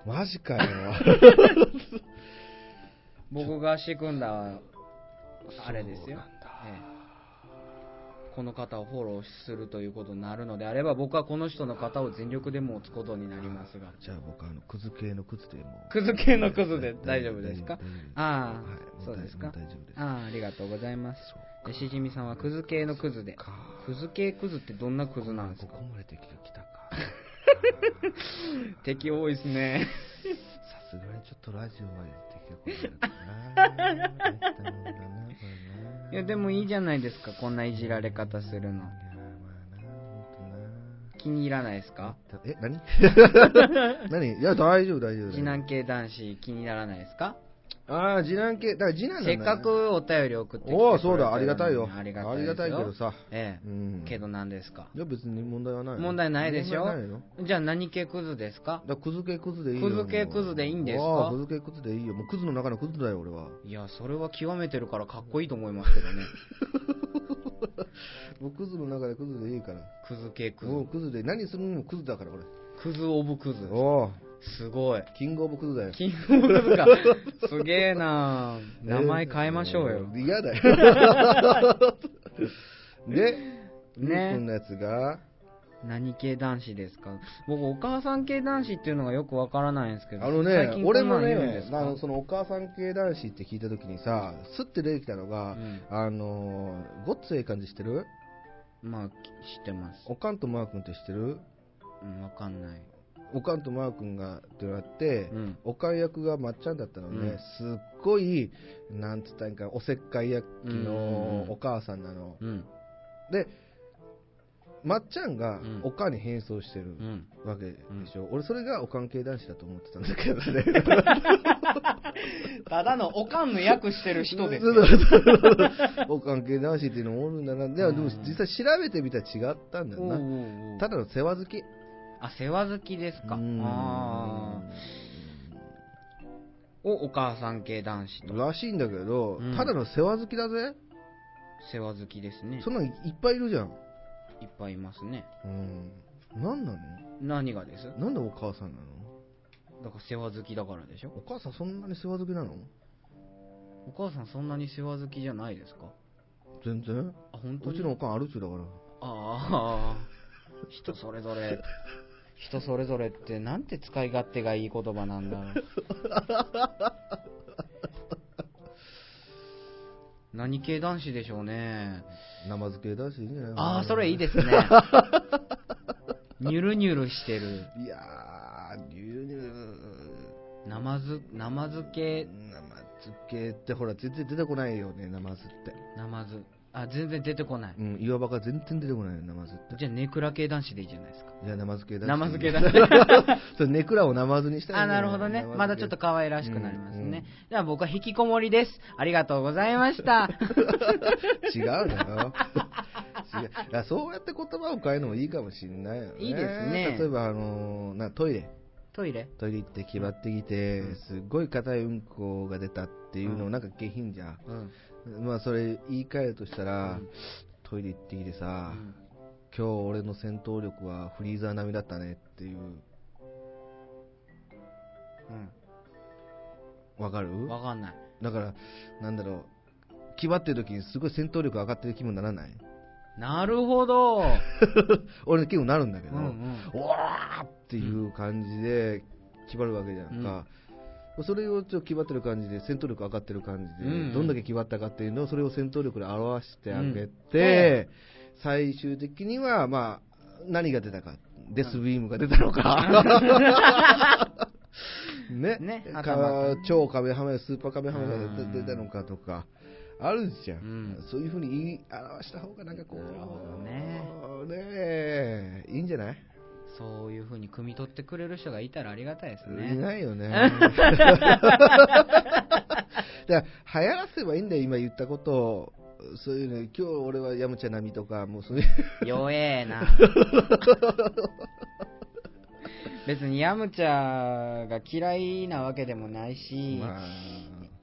マジ かよ僕が仕組んだあれですよそうなんだ、ええこの方をフォローするということになるのであれば僕はこの人の方を全力で持つことになりますがじゃあ僕あのクズ系のクズでもうクズ系のクズで大丈夫ですか大丈夫大丈夫あはいあもそう大ですかもう大丈夫ですああありがとうございますそうでしじみさんはクズ系のクズでかクズ系クズってどんなクズなんですこかこまでできてきたかあ敵多いですねーさすがにちょっとラジオまでできてこないかな大したもんだなこれないやでもいいじゃないですかこんないじられ方するのいやまあなほんとな気に入らないですかえ、何何いや、大丈夫、大丈夫。次男系男子気にならないですかああ、次男系。だから次男なんだせよっねか。くお便り送ってきておお、くれてるそうだ、ありがたいよ。ありがたいありがたいけどですよさ。ええうん。けど何ですかいや、別に問題はないよ。問題ないでしょ問題ないよじゃあ何系クズですかだからクズ系クズでいいよ。クズ系クズでいいんですかああ、クズ系クズでいいよ。もうクズの中のクズだよ、俺は。いやそれは極めてるからかっこいいと思いますけど ねもうクズの中でクズでいいから。クズ系クズもうクズで、何するにもクズだから、俺。クズオブクズおお、すごいキングオブクズだよ。キングオブクズか すげえな名前変えましょうよ、えー嫌だよ。 で、ねこんなやつが、何系男子ですか僕お母さん系男子っていうのがよくわからないんですけどあの最ね近、こ俺んなもの言うんでねす、かあのそのお母さん系男子って聞いたときにさ、すって出てきたのが、うんあのー、ごっつええ感じしてるまあき知ってますおかんとマー君って知ってるうんわかんないおかんとマー君がってなって、うんおかん役がまっちゃんだったのうんね、すっごい、なんつったんか、おせっかい焼きうんのお母さんなの。うんで、まっちゃんがうんおかんに変装してるうんわけでしょ。俺それがおかん系男子だと思ってたんだけどね。ただのおかんの役してる 人です そようそうそうそうお関係なしっていうのもおるんだな。でも、うんでも実際調べてみたら違ったんだよおうおな。うおうただの世話好き。あ世話好きですかうんあーをお母さん系男子とらしいんだけど、うんただの世話好きだぜ。世話好きですねそんなんいっぱいいるじゃん。いっぱいいますねうん。なんなの何がですなんでお母さんなのだから世話好きだからでしょお母さんそんなに世話好きなのお母さんそんなに世話好きじゃないですか全然。あ本当うにちのおかんあるっちゅうだから。ああ 人それぞれ人それぞれってなんて使い勝手がいい言葉なんだろう 何系男子でしょうね生漬けだしいいんじゃないああそれいい ですねニュルニュルしてるいやー、牛乳。生ず生漬け生漬けってほら、全然出てこないよね、生漬って。生ずあ全然出てこないうん、岩場が全然出てこないよ、生漬って。じゃあネクラ系男子でいいじゃないですかいや、生漬けだし。生漬けだ。男子 それ、ネクラを生漬にしたいんだあ、なよるほどね。まだちょっと。可愛らしくなりますね。では僕は引きこもりです。ありがとうございました。 生漬け違うのよ。 違う。だからそうやって言葉を変えるのもいいかもしれないよね。いいですね例えば、あのーな、トイレ。トイレトイレ行って決まってきて、すっごい硬いうんこが出たっていううのをんなんか下品じゃん。うん。まあ、それ言い換えるとしたら、うんトイレ行ってきてさ、今日俺の戦闘力はフリーザー並みだったねっていう。わかるうん。わかんない。だから、なんだろう、気張ってる時にすごい戦闘力上がってる気分にならない なるほど。俺の気分になるんだけど、うんうん。うわーっていう感じで気張るわけじゃんか。それをちょっと気張ってる感じで、戦闘力上がってる感じうで、んうんどんだけ気張ったかっていうのを、それを戦闘力で表してあげうて、最終的には、まあ、何が出たか、デスビームが出たのか、ね ねか頭超カメハメ、スーパーカメハメが出うんた出たのかとか、あるじゃん,、うんそういうふうに言い表した方が、なんかこう、なるほどねねえいいんじゃないそういう風に汲み取ってくれる人がいたらありがたいですいね。ない よね。 だから流行らせばいいんだよ、今言ったことを。そういうの、今日俺はやむちゃなみとか、もうそういう。弱え な。別にヤムチャが嫌いなわけでもないし、まあ、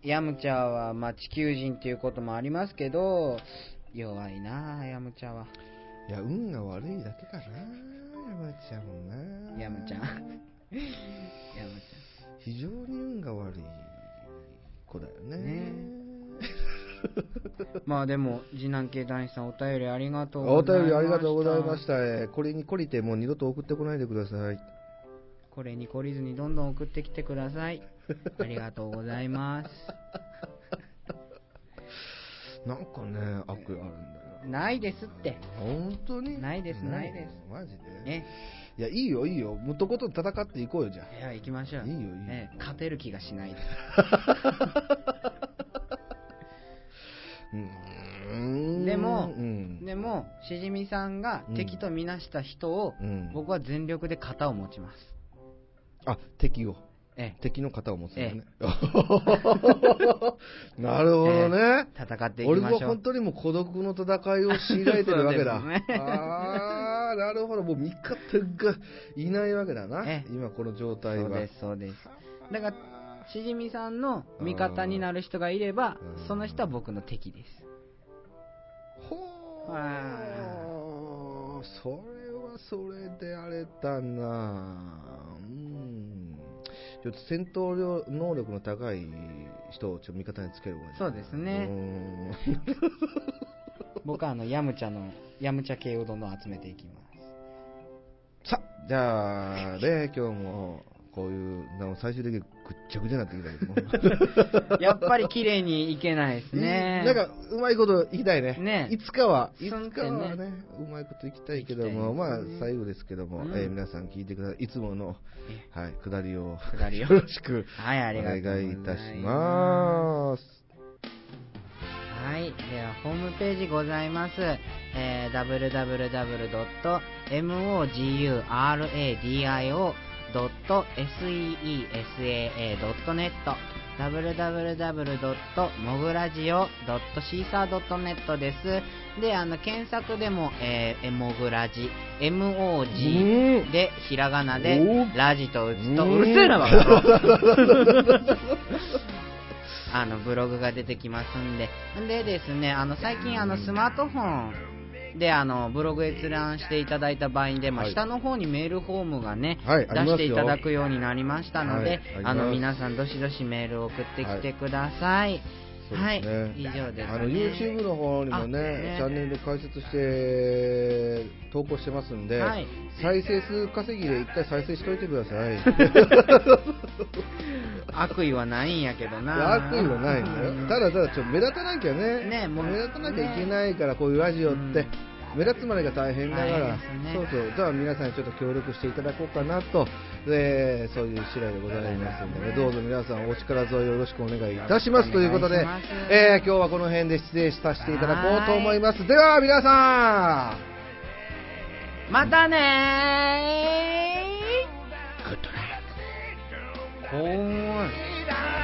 ヤムチャはまあ地球人っていうこともありますけど、弱いな、ヤムチャは。いや、運が悪いだけかな、やむちゃもな。ヤムちゃん。ヤム非常に運が悪い子だよね。ね ちゃん。まあでも、次男系男子さんお便りありがとうおございました。便りありがとうございまし。た。えーこれに懲りてもう二度と送ってこないでください。これに懲りずにどんどん送ってきてください。ありがとうございます。なんかね、悪意あるんだよ。ないですって。本当にないですないですのマジでね。いやいいよいいよもうとことん戦っていこうよじゃいや、行きましょう。いいよいいよね勝てる気がしないです。あうーんでもうんでも、しじみさんが敵とみなした人を、うん僕は全力で型を持ちます。あ敵をええ敵の型を持つんだよねえ。 なるほどね。戦っていき俺まもしょう本。当にもう孤独の戦いを強いられてるわけ だ。そうですねああ、なるほど。もう味方がいないわけだなええ。今この状態そうは。です、そうです。だから、しじみさんの味方になる人がいればうん、その人は僕の敵です。 ほー。それはそれであれだなうん。ちょっと戦闘量能力の高い人をちょっと味方につけるわそうですね僕はあの、ヤムチャの、ヤムチャ系うどんを集めていきます。 さじゃあ、ね、今日もこういう、なんか最終的にぐっちゃぐちゃになってきたけども。やっぱり綺麗にいけないですね。なんか、うまいこといきたいね。ねいつかは、いつそんかてねはね、うまいこといきたいけど行も、きまたあいですね、最後ですけども、うんえー皆さん聞いてください。いつもの、はい、くだりを、くだりを よろしく、はい、あおりがとうござ願いいいまたす。します。はい。では、ホームページございます。えー、www.moguradio.seesaa.net www.mogradio.caesar.net です。で、あの、検索でも、えー、えもぐらじ、MOG で、ひらがなでお、ラジと打つと、うんうるせえな、わ あのブログが出てきますんで。でですね、あの最近あのスマートフォンであのブログ閲覧していただいた場合にで、まあはい下の方にメールフォームがね、はい出しありますよていただくようになりましたので、はいありますあの皆さんどしどしメールを送ってきてください。そうはい、ですね以上です、ね。あの YouTube の方にもあねね、チャンネルで解説して、投稿してますんで、はい再生数稼ぎで一回再生しといてください。悪意はないんやけどな。悪意はないんだよ。ただただ、ちょっと目立たなきゃね。ねもう目立たなきゃいけないから、こういうラジオって。うん目立つまでが大変だから、大変ですねそうそう、じゃあ皆さんにちょっと協力していただこうかなと、でそういう次第でございますので、どうぞ皆さんお力添えよろしくお願いいたしますということおで願いします、えー今日はこの辺で失礼させていただこうと思います。では皆さんまたねー。怖い。